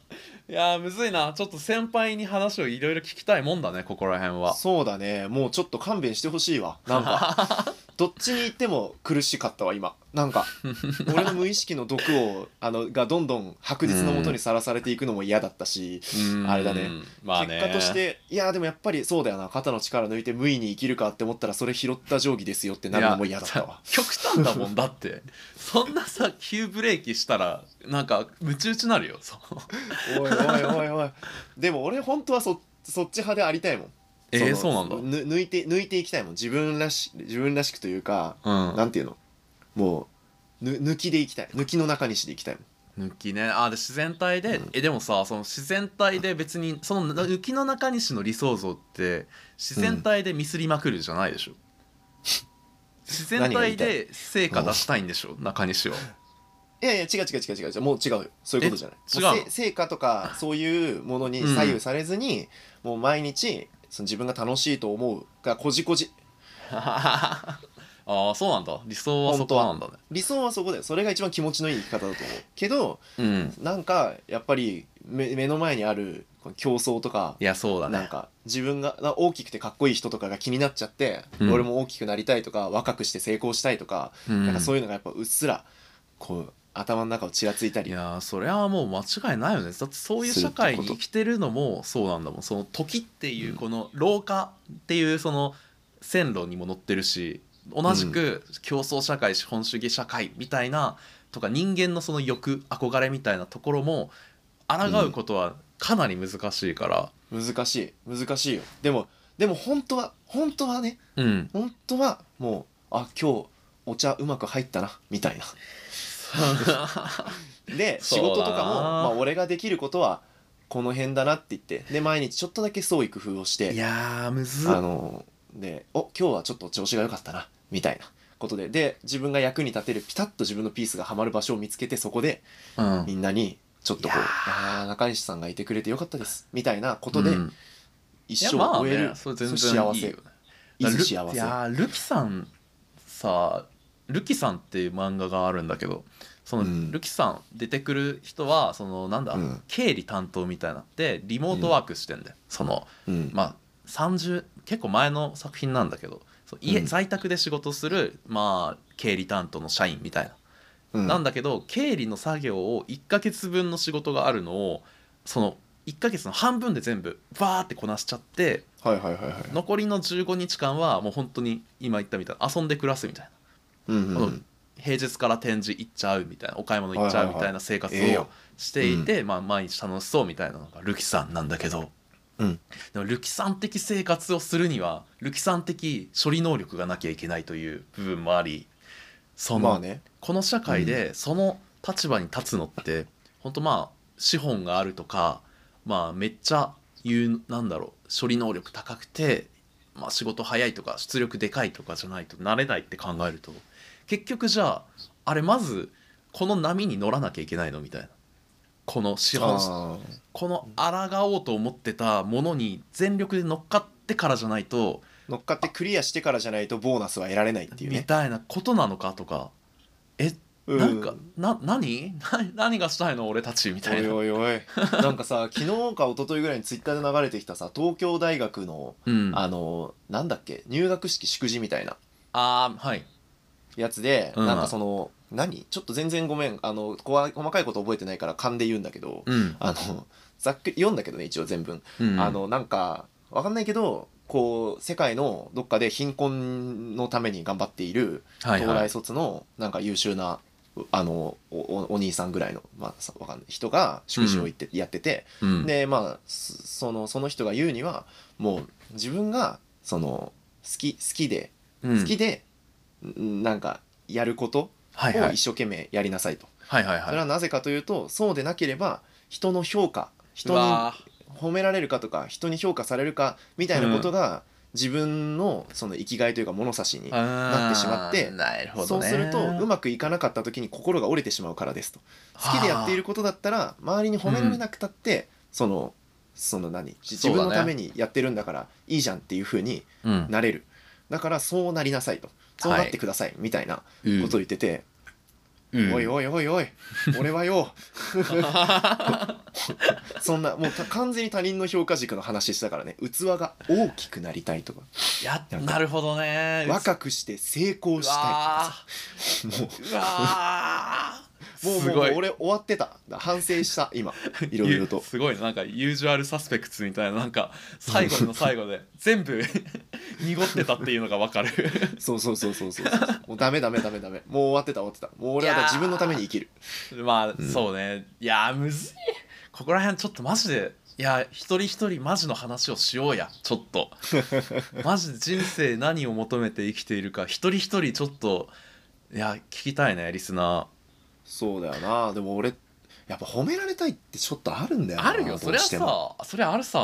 いやーむずいなちょっと先輩に話をいろいろ聞きたいもんだねここら辺は
そうだねもうちょっと勘弁してほしいわ なんかどっちに行っても苦しかったわ今なんか俺の無意識の毒をあのがどんどん白日のもとにさらされていくのも嫌だったし、
うん
あれだね
まあね
結果としていやでもやっぱりそうだよな肩の力抜いて無意に生きるかって思ったらそれ拾った定規ですよってなるのも嫌だったわ
いや極端だもんだって そんなさ急ブレーキしたらなんかムチ打ちなるよ その
おいおいおいおいでも俺本当はそそっち派でありたいもん
えー、
の
そうなんだ
ぬ抜いて抜いていきたいもん自分らし自分らしくというか、
う
なんていうのもうぬ抜きでいきたい抜きの中西でいきたいもん
ん抜きねあーで自然体で、えでもさその自然体で別にその抜きの中西の理想像って自然体でミスりまくるじゃないでしょ、自然
何が言い
体
たい
で成果出したいんでしょ中西は。
いやいや違う違う違う違う違うもう違うよそういうことじゃ
え
ない
違う
もうせ成果とかそういうものに左右されずに、もう毎日その自分が楽しいと思うがこじこじ
ああそうなんだ理想はそこなんだね。
理想はそこだよそれが一番気持ちのいい生き方だと思うけど
うん、
なんかやっぱり目目の前にあるこの競争とか
いやそうだね。
なんか自分がな大きくてかっこいい人とかが気になっちゃって、
うん
俺も大きくなりたいとか若くして成功したいとか,、
うん
なんかそういうのがやっぱうっすらこう頭の中をちらついた
い
り
やーそれはもう間違いないよねだってそういう社会に生きてるのもそうなんだもんその時っていうこの老化っていうその線路にも乗ってるし同じく競争社会資本主義社会みたいなとか人間のその欲憧れみたいなところも抗うことはかなり難しいから
難しい難しいよでもでも本当は本当はね
うん、
本当はもうあ今日お茶うまく入ったなみたいなで仕
そうだな
事とかも、まあ、俺ができることはこの辺だなって言ってで毎日ちょっとだけ創意工夫をして
いやーむずっ
あので「お今日はちょっと調子が良かったな」みたいなことでで自分が役に立てるピタッと自分のピースがはまる場所を見つけてそこで
うん
みんなにちょっとこう
いやー
「ああ中西さんがいてくれてよかったです」みたいなことで
うん
一生を終え
いやまあね
る、
それ全然
そう幸
いいよ
せ
ね
いず
だからル
幸
い
せ
やールキさんさルキさんっていう漫画があるんだけどその、
うん
ルキさん出てくる人はそのなんだ、
うん
経理担当みたいなってリモートワークしてんだよ、その
うん
まあ30結構前の作品なんだけどそう家、
うん
在宅で仕事するまあ経理担当の社員みたいな、
うん
なんだけど経理の作業を1ヶ月分の仕事があるのをその1ヶ月の半分で全部バーってこなしちゃって
はいはいはいはい
残りの15日間はもう本当に今言ったみたいな遊んで暮らすみたいな
うんう
この
ん
平日から展示行っちゃうみたいなお買い物行っちゃうみたいな生活
はいはいはい
を
ええよ
していて、まあ、毎日楽しそうみたいなのがルキさんなんだけど、
うん
でもルキさん的生活をするにはルキさん的処理能力がなきゃいけないという部分もありその、
まあね
この社会でその立場に立つのって本当まあ資本があるとかまあめっちゃ言うなんだろう処理能力高くて、まあ、仕事早いとか出力でかいとかじゃないとなれないって考えると結局じゃああれまずこの波に乗らなきゃいけないのみたいなこの資本
あ
この抗おうと思ってたものに全力で乗っかってからじゃないと、
ー乗っかってクリアしてからじゃないとボーナスは得られないっていう
み
ね
たいなことなのかとかえ
う
なんか、な、何 な何がしたいの俺たちみたいな。
おいおい おいなんかさ昨日か一昨日ぐらいにツイッターで流れてきたさ東京大学の
うん。あ
あのなんだっけ入学式祝辞みたいな
あー、はい。
やつで、
うん
なんかその何ちょっと全然ごめんあのこわ細かいこと覚えてないから勘で言うんだけど、
うん。
あのざっくり読んだけどね一応全文、
うん、
あ、のなんかわかんないけどこう世界のどっかで貧困のために頑張っている
はい
東
は
大
い。
卒のなんか優秀なうあのおおお兄さんぐらいの、まあ、さわかんない人が祝辞を言って、やってて、
うん、
でまあそそのその人が言うにはもう自分がその好き好きで
うん
好きで、んなんかやることを
はいはい。
一生懸命やりなさいと、
はいはい
それ
は
はなぜかというとそうでなければ人の評価
い。
人
う
に
わー
褒められるかとか人に評価されるかみたいなことが、自分のその生きがいというか物差しに、
な
ってしまって
なるほ
そ
ど
う
ね。
するとうまくいかなかった時に心が折れてしまうからですと好きでやっていることだったら周りに褒められなくたって、そのその何自
そうだね
分のためにやってるんだからいいじゃんっていうふうに
はあ、
なれるだからそうなりなさいとそうなってくださいみたいな
うん、
ことを言ってて、
うん、
おいおいおいおい俺は よそんなもうた完全に他人の評価軸の話したからね器が大きくなりたいとか
いや、なるほどね。
若くして成功
う
した
わ
いとかさもう
ーうわー
もう
す
もう
ごい
もう俺終わってた反省した 今いろいろと
ゆすごいねなんかユージュアルサスペクツみたいななんか最後の最後で全部 濁ってたっていうのがわかる
そうそうそうそうそうそうもうダメダメダメダメもう終わってた終わってたもう俺はだ
いやー
自分のために生きる
まあ、そうねいやーむずいここら辺ちょっとマジでいや一人一人マジの話をしようやちょっ とマジで人生何を求めて生きているか一人一人ちょっといや聞きたいねリスナ
そうだよなでも俺やっぱ褒められたいってちょっとあるんだ
ー
よな
あるよそ
ど
り
う
ゃ
しても
さそりゃあるさ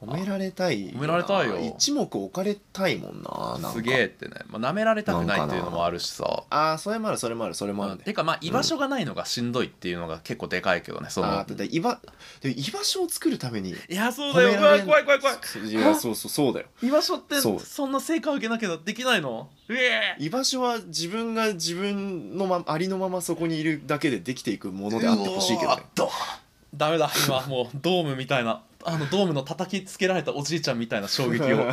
褒められたい
褒められたいよ
一目置かれたいもんななんか
すげえってねまあ舐められたくないっていうのもあるしさ
ああそれもあるそれもあるそれもあるね
てかまあ居場所がないのがしんどいっていうのが結構でかいけどねそ
あ
の
あだって居場でも居場所を作るために
いやそう
褒
だ
め
よう
ら
わ
れ
怖い怖い怖い
そいやそうそうそうだよ
居場所って
そう
そんな成果を受けなきゃできないのうえ
居場所は自分が自分のまありのままそこにいるだけでできていくものであってほしいけどね
うおーっとダメだ今もうドームみたいなあのドームの叩きつけられたおじいちゃんみたいな衝撃 を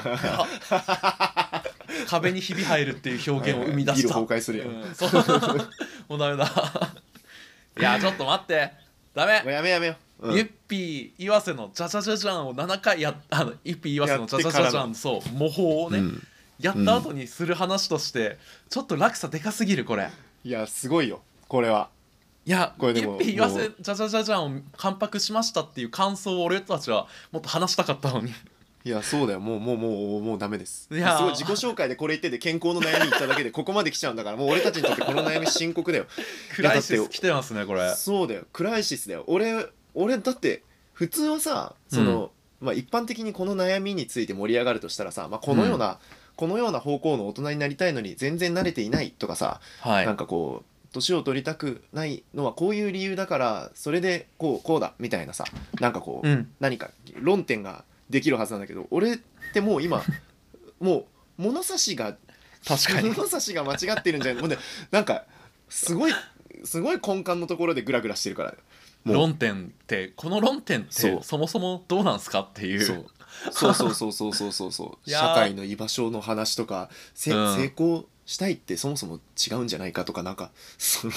壁にひび入るっていう表現を生み出した
はいはいビル崩壊するやん
うんそうもうダメだいやちょっと待ってダメ
もうやめやめよ、うん
ゆっぴー岩瀬のジャジャジャジャンを7回やっあのゆっぴー岩瀬のジャジャジャジ
やってから
ャンそう模倣をね、
うん
やった後にする話として、ちょっと落差でかすぎるこれ
いやすごいよこれはい
や
これで
ゆっ
も
ぴー岩
も
瀬
う
ジャジャジャジャンを完白しましたっていう感想を俺たちはもっと話したかったのに
いやそうだよもうもうもうもうダメです
いやー
すごい自己紹介でこれ言ってて健康の悩み言っただけでここまで来ちゃうんだからもう俺たちにとってこの悩み深刻だよ
クライシ
いやだ
ス
って
来てますねこれ
そうだよクライシスだよ俺俺だって普通はさその、まあ、一般的にこの悩みについて盛り上がるとしたらさ、まあ、このような、このような方向の大人になりたいのに全然慣れていないとかさ、
はい
なんかこう年を取りたくないのはこういう理由だからそれでこうこうだみたいなさなんかこう、
うん
何か論点ができるはずなんだけど俺ってもう 今もう物差しが
確かに
物差しが間違ってるんじゃないもうねなんかすごいすごい根幹のところでグラグラしてるからもう
論点ってこの論点っ
そ
て
う
そもそもどうなんすかっていう
そうそうそうそうそうそうそうそう
い
社
やー
会の居場所の話とか、せ
うん
成功したいってそもそも 違うんじゃないかとかなんかその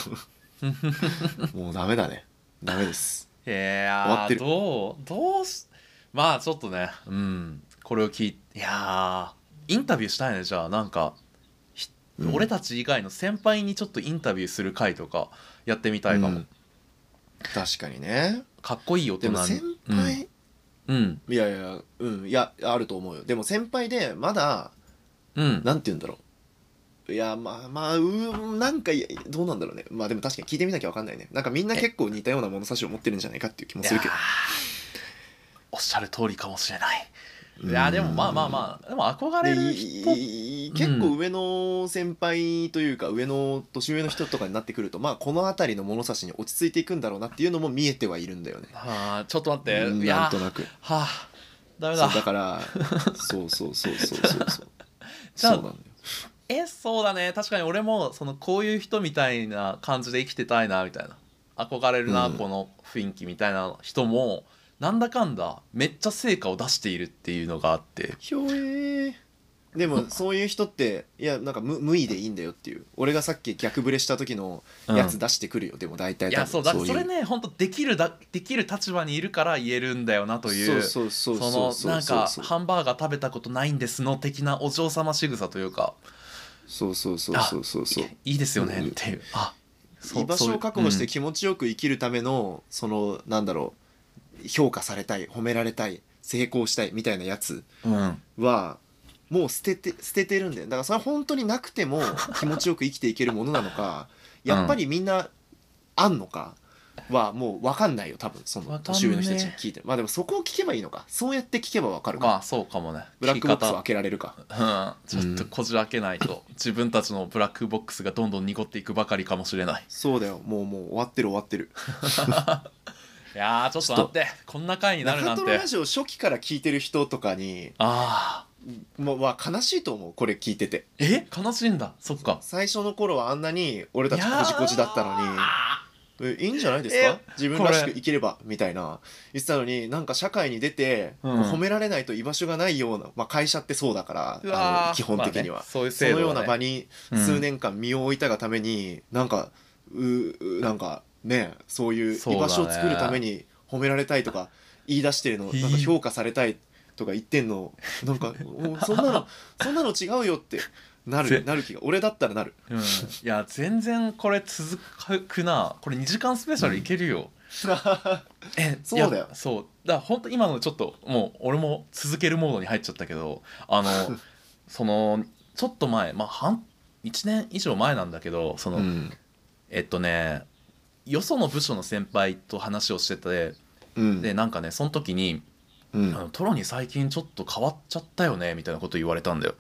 もうダメだねダメです
いいや
終わって
ー
る
どうどうしまあちょっとねうんこれを聞いいやーインタビューしたいねじゃあなんか、ひ
う ん
俺たち以外の先輩にちょっとインタビューする回とかやってみたいかも、
うん確かにね
かっこいい大人
でも先輩、
うんうん、
いやいやうんいやあると思うよでも先輩でまだ
うん
なんて言うんだろういやまあまあうーんなんかいやどうなんだろうねまあでも確かに聞いてみなきゃ分かんないねなんかみんな結構似たような物差しを持ってるんじゃないかっていう気もするけ
い
ど
やーおっしゃる通りかもしれないいやーでもまあまあまあでも憧
で
れる
い
人
いい結構上の先輩というか上の年上の人とかになってくると、まあこの辺りの物差しに落ち着いていくんだろうなっていうのも見えてはいるんだよね。
はあちょっと待って
うん
いやー
なんとなく
はあダメ
そ
だ
うだからそうそうそうそうそうそう
じゃあ
そうなんだよ
えそうだね確かに俺もそのこういう人みたいな感じで生きてたいなみたいな憧れるな、
うん
この雰囲気みたいな人もなんだかんだめっちゃ成果を出しているっていうのがあって
ひょえーでもそういう人っていやなんか無無意でいいんだよっていう俺がさっき逆ブレした時のやつ出してくるよ、でも大体
いやそうだからそれ
ね
ね本当できるだできる立場にいるから言えるんだよなという
そうそうそう
そのなんか
そう
ハンバーガー食べたことないんですの的なお嬢様仕草というか
そうそうそうそうそうそう
いいいですよねっていう、あそう
居場所を確保して
そう
気持ちよく生きるためのそのなんだろう評価されたい褒められたい成功したいみたいなやつ
うんうん
はもう捨てて捨ててるんだよだからそれは本当になくて も気持ちよく生きていけるものなのかやっぱりみんなあんのかはもう分かんないよ多分そ
わかん
の
ね
年上の人たちに聞いてまあでもそこを聞けばいいのかそうやって聞けば分かるか、
まあそうかもね
ブラックボックスを
聞き方
開けられるか
うん、ちょっとこじ開けない と、自分たちのブラックボックスがどんどん濁っていくばかりかもしれない
そうだよもうもう終わってる終わってる
いやーちょっと待ってこんな回になるな
中
ん
ト
て
ロラジオ初期から聞いてる人とかに
ああ
まは悲しいと思うこれ聞いてて
え悲しいんだそっか
最初の頃はあんなに俺たちこじこじだったのにえいいんじゃないですか
え
自分らし
こ
く
れ
生きればみたいな言ってたのになんか社会に出て、
うん
褒められないと居場所がないような、まあ、会社ってそうだから
う
あ
わ
の
ー
基本的に
まあ
は、
ねそういう
そ
制度
のよ
だ
うな
ね
場に
うん
数年間身を置いたがために、なんかううなんかねそういう
そう
居
だね
場所を作るために褒められたいとか言い出してるの
いい
なんか評価されたいとか言ってんのなんかおそんな のそんなの違うよってな
ぜ
るなる気が俺だったらなる
うん、いや全然これ続くなこれ2時間スペシャルいけるよ、え
そうだよ
いやそうだから本当今のちょっともう俺も続けるモードに入っちゃったけどあ のそのちょっと前まあ半1年以上前なんだけどその、
うん
えっとねよその部署の先輩と話をしてて
うん
でなんかねその時にあ
うん
の「トロに最近ちょっと変わっちゃったよね」みたいなこと言われたんだよ。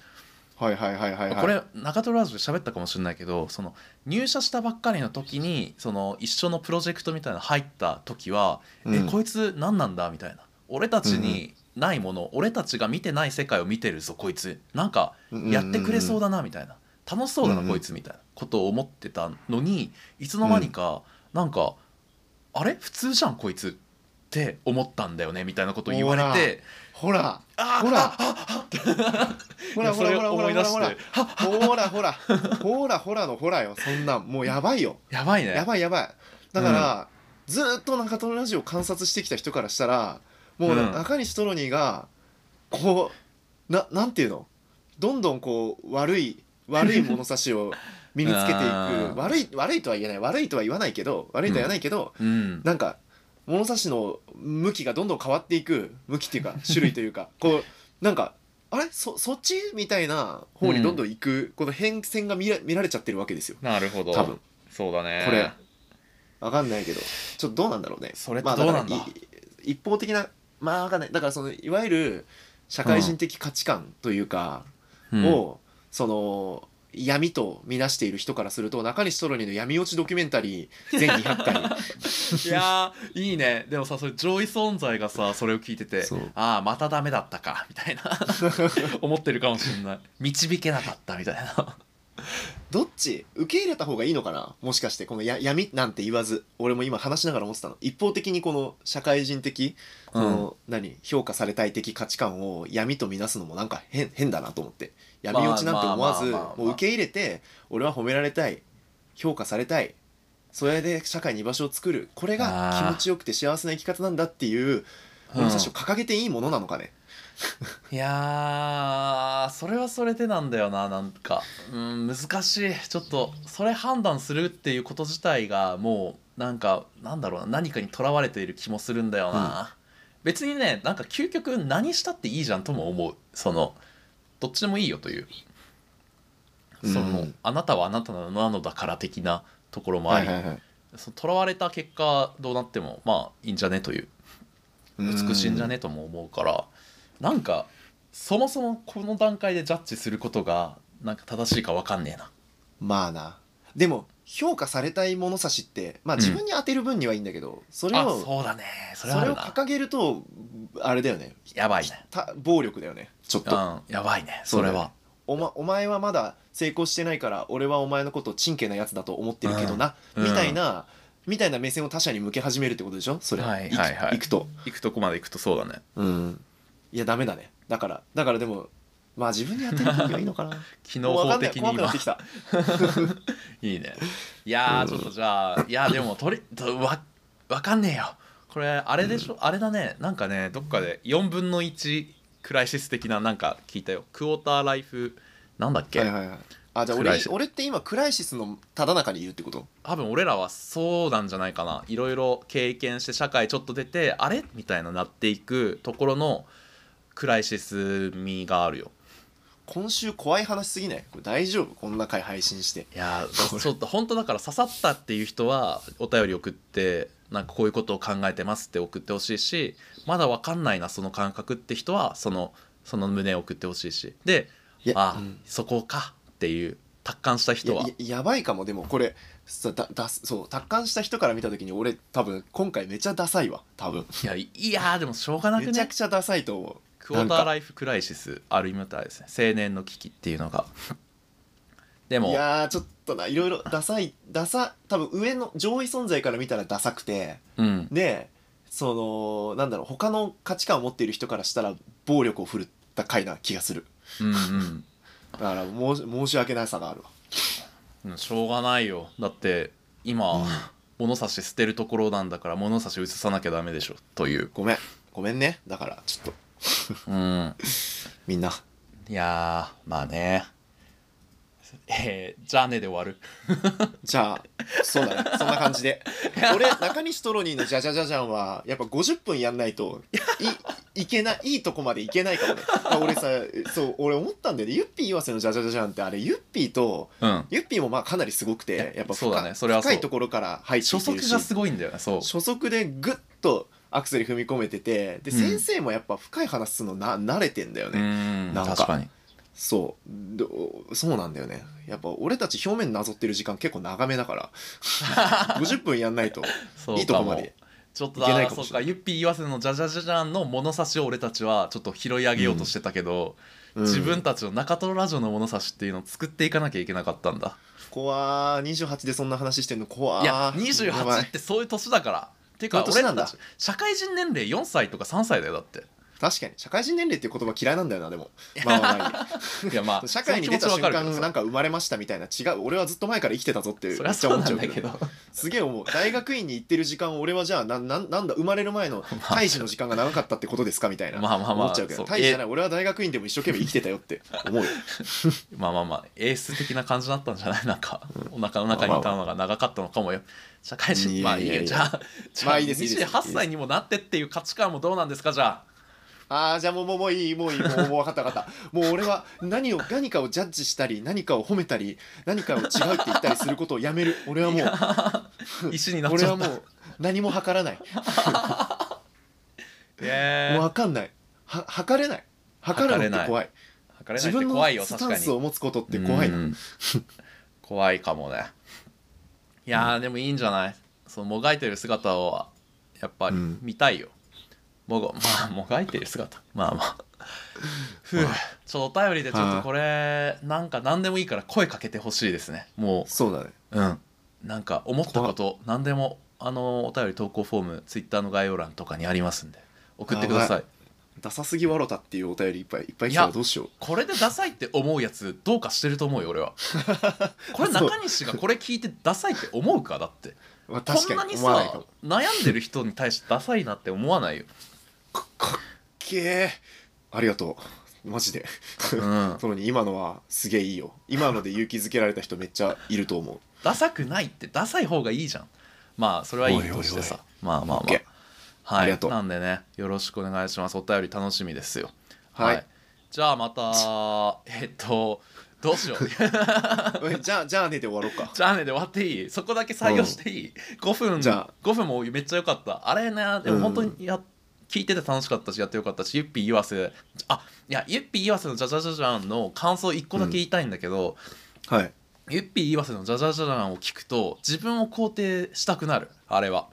はいはいはいはい、はい、
これ中トロラジオで喋ったかもしれないけどその入社したばっかりの時にその一緒のプロジェクトみたいなの入った時は「
う
え
ん
こいつ何なんだ?」みたいな「俺たちにないもの、俺たちが見てない世界を見てるぞこいつなんかやってくれそう
だ
だな」みたいな「楽しそうだな
うんうん
こいつ」みたいなことを思ってたのにいつの間にかなんか「あれ普通じゃんこいつ」って思ったんだよねみたいなことを言われて
ほら
「あー
ほら
あーあ
ほ
い
ら
や
ほら
それ
ほらほ
思
ら
い出
ほら
して
ほらほらほらほらほらのほらよそんなんもうやばいよ
やばいね」
やばいやばいだから、ずーっと中トロラジオを観察してきた人からしたらもう
うん
中西トロニーがこうななんていうのどんどんこう悪い悪い物差しを身につ けてい
あー
く悪い悪いとは言えない悪いとは言わないけど悪いとは言わないけど、
うん
なんか物差しの向きがどんどん変わっていく向きってい うか種類というかこうなんかあれそそっちみたいな方にどんどん行く、この変遷が見ら見られちゃってるわけですよ
なるほど
多分
そうだね
これわかんないけどちょっとどうなんだろうね
それって
まあから
どうなんだ
い一方的なまあわかんないだからそのいわゆる社会人的価値観というか、を、その闇と見なしている人からすると中西トロニーの闇落ちドキュメンタリー全200回
いやーいいねでもさそれ上位存在が さそれを聞いてて
そう
ああまたダメだったかみたいな 思ってるかもしれない導けなかったみたいな
どっち受け入れた方がいいのかなもしかしてこのや闇なんて言わず俺も今話しながら思ってたの一方的にこの社会人的この、何評価されたい的価値観を闇と見なすのもなんか変変だなと思って闇落ちなんて思わず
まあまあまあまあ
もう受け入れて俺は褒められたい評価されたいそれで社会に居場所を作るこれが気持ちよくて幸せな生き方なんだっていう物差しを掲げていいものなのかね、
いやーそれはそれでなんだよななんか、うん、難しいちょっとそれ判断するっていうこと自体がもうなんかなんだろうな何かにとらわれている気もするんだよな、別にねなんか究極何したっていいじゃんとも思うそのどっちでもいいよというその、
うん
あなたはあなたなのだから的なところもあり、
はいはいはい
そのとらわれた結果どうなってもまあいいんじゃねという美しいんじゃねとも思うからなんかそもそもこの段階でジャッジすることがなんか正しいか分かんねえな
まあなでも評価されたい物差しってまあ
うん
自分に当てる分にはいいんだけど、それ
あ
を
そうだねそ
そ
れはあ
れ
る
を
な
掲げるとあれだよね
やばいね
た暴力だよねちょっ
う
と、
んやばいねそれは
おま、お前はまだ成功してないから俺はお前のことをチンケなやつだと思ってるけどな、
うん
みたいな、みたいな目線を他者に向け始めるってことでしょそれ、
はいはいはい
くいくと
行くとこまで行くとそうだね
うんいやダメだねだからだからでもまあ自分に当てる分がいいのかな
機
も
能
う
法
わかんない
的に
怖くなっ
今
てきた
いいねいやーちょっとじゃあいやでもとりとわ分かんねえよこれあれでしょ、あれだねなんかねどっかで4分の1クライシス的ななんか聞いたよクォーターライフなんだっけ、
はいはいはいあじゃあ
クラ
俺
イシス
俺って今クライシスのただ中にいるってこと
多分俺らはそうなんじゃないかないろいろ経験して社会ちょっと出てあれみたいななっていくところのクライシス味があるよ
今週怖い話すぎないこれ大丈夫こんな回配信して
い やーちょっと本当だから刺さったっていう人はお便り送ってなんかこういうことを考えてますって送ってほしいしまだわかんないなその感覚って人はそのその胸を送ってほしいしで
いや
ああ、
うん
そこかっていう達観した人はい
やいややばいかもでもこれさだだそう達観した人から見た時に俺多分今回めちゃダサいわ多分
いやいやーでもしょうがなく
めちゃ
ね
くちゃダサいと思う
クォーター
なんか
ライフクライシスあるみたいですね青年の危機っていうのが でも
いやーちょっとないろいろダサいダサ多分上の上位存在から見たらダサくて
うん
でそのなんだろう他の価値観を持っている人からしたら暴力を振るった回な気がする
うんうん
だから申し申し訳なさがあるわ
うんしょうがないよだって今、物差し捨てるところなんだから物差し移さなきゃダメでしょという
ごめんごめんねだからちょっと
うん
みんない
やーまあねえー、じゃあねで終わる
じゃあそうだ ねそんな感じで俺中西トロニーの「じゃじゃじゃじゃん」はやっぱ50分やんないといいけないいいとこまでいけないかもねまあ俺さそう俺思ったんだよねゆっぴー岩瀬の「じゃじゃじゃじゃん」ってあれゆっぴーと
うん
ゆっぴーもまあかなりすごくてやっぱ
そうだね
深
それはそう
深いところから入って
初
きてる
速
し
がすごいんだよねそう
初速でグッとアクセル踏み込めててで
うん
先生もやっぱ深い話するのな慣れてんだよ
う
ね、
ん
なんか
確かに
そうどそうなんだよねやっぱ俺たち表面なぞってる時間結構長めだから 50分やんないと
そう
いいとこまで
ちょっと
いけない
だ
か
そ
も
う
しれ
か
ない
ゆっぴー岩瀬の「じゃじゃじゃじゃん」の物差しを俺たちはちょっと拾い上げようとしてたけど、
うん
自分たちの中トロラジオの物差しっていうのを作っていかなきゃいけなかったんだ
怖ー28でそんな話してんの怖ー
いや
やば
28っ
い
てそういう年だからていうか
そうい
俺
う年な
ら
んだ
たち社会人年齢4歳とか3歳だよだって
確かに社会人年齢っていう言葉嫌いなんだよなでもまあまあ まあいいや
いや まあ
社会に出た
その気持
瞬
ちはわか
間
るけど
なんか生まれましたみたいな違う俺はずっと前から生きてたぞって
そ
め
りゃ
っち
そ
ゃ
う
思っ
な
ちゃ
ん
うけ
だ
ど
けど
すげえ思う大学院に行ってる時間俺はじゃあなんなんなんだ生まれる前 の胎児の時間が長かったってことですかみたいな
まあまあまあ
思っちゃうけ
そ
ど
う
胎児じゃない俺は大学院でも一生懸命生きてたよって思うよ
まあまあまあエース的な感じだったんじゃないなんかお 腹の中にいたのが長かったのかもよ社会人
い
ま
や
あい
い
い
やいや
よじゃあじゃ
ま
あ
あいいですいいです
28歳にもなってっていう価値観もどうなんですかじゃ
ああじゃあもうもうもういいもういいもうもう分かった分かったもう俺は何を何かをジャッジしたり何かを褒めたり何かを違うって言ったりすることをやめる俺はもう
あ石になっち
俺
ゃ
は
っ
も
た
う何も測らないも
え
う
ー
分かんないは測れない測るのって怖い
測
自
れないって
分の
怖いよ
ス
確
タ
か
ン
に
スを持つことって怖いな
う
うん
ん 怖いかもねいやー、でもいいんじゃないそのもがいてる姿をやっぱり
うん
見たいよ、もごまあもがいてる姿まあまあふうちょっとお便りでちょっとこれなんか何でもいいから声かけてほしいですねも
そうだね
ううんなんか思ったこと何でもあのお便り投稿フォームツイッターの概要欄とかにありますんで送ってください
ダサすぎわろたっていうお便りいっぱいいっぱい
い
来た
や
らどうしよう
これでダサいって思うやつどうかしてると思うよ俺 はこれ中西がこれ聞いてダサいって思うかだって
まあ、
こ
確
ん
か
な
に
に
思わないか
さ
も
悩んでる人に対してダサいなって思わないよ、
かかっけえありがとうマジで
うん、
そのに今のはすげえいいよ今ので勇気づけられた人めっちゃいると思う
ダサくないってダサい方がいいじゃんまあそれはいいとしてさ
おい
まあまあまあ、
OK
はい、
ありがとう
なんでねよろしくお願いしますお便り楽しみですよ
はい
じゃあまたえっとどうしよう
えじゃあじゃあねで終わろうか
じゃあねで終わっていいそこだけ採用していい、5分
じゃあ
5分もめっちゃ良かったあれねでも本当にや、聞いてて楽しかったしやってよかったしゆっぴー岩瀬あいやゆっぴー岩瀬のじゃじゃじゃじゃんの感想1個だけ言いたいんだけど、
はい
ゆっぴー岩瀬のジャジャジャジャンを聞くと自分を肯定したくなるあれは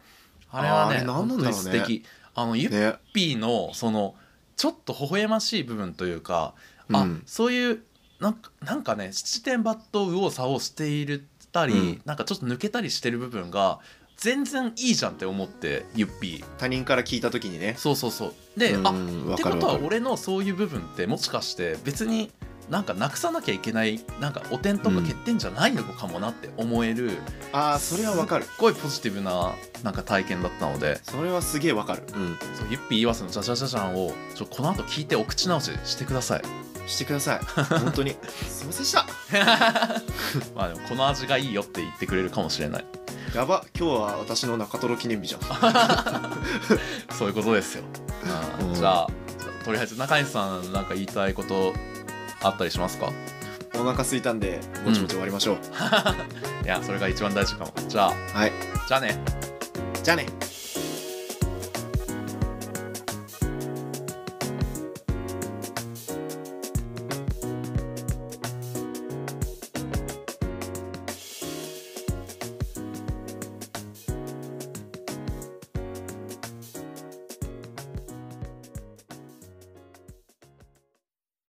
あれは
あ
ね
れ
本
何な
当
んだろうね
に素敵あのゆっ
ね
ぴーのそのちょっと微笑ましい部分というか、
う
あ
ん
そういうなんかなんかね七点抜刀右往左往しているたり、
うん
なんかちょっと抜けたりしてる部分が全然いいじゃんって思ってゆっぴー
他人から聞いた時にね
そうそうそうで、
うん
あ
わ
って
か
こ
る
と
わ
は
かる
俺のそういう部分ってもしかして別になんかなくさなきゃいけないなんか汚点とか欠点じゃないのかもなって思える、
ああそれはわかる
すっごいポジティブななんか体験だったので
それはすげえわかるうん
そうゆっぴー岩瀬の「ジャジャジャジャン」をちょこの後聞いてお口直ししてください
してくだ さい本当にすいませんでした
まあでもこの味がいいよって言ってくれるかもし れない
やば今日は私の中トロ記 念日じゃん
そういうことですよ、うん
うん
じゃあとりあえず中西さんなんか言いたいことあったりしますか
お腹空いたんでぼちぼち終わりましょう、
いやそれが一番大事かもじゃあ
はい
じゃあね
じゃあね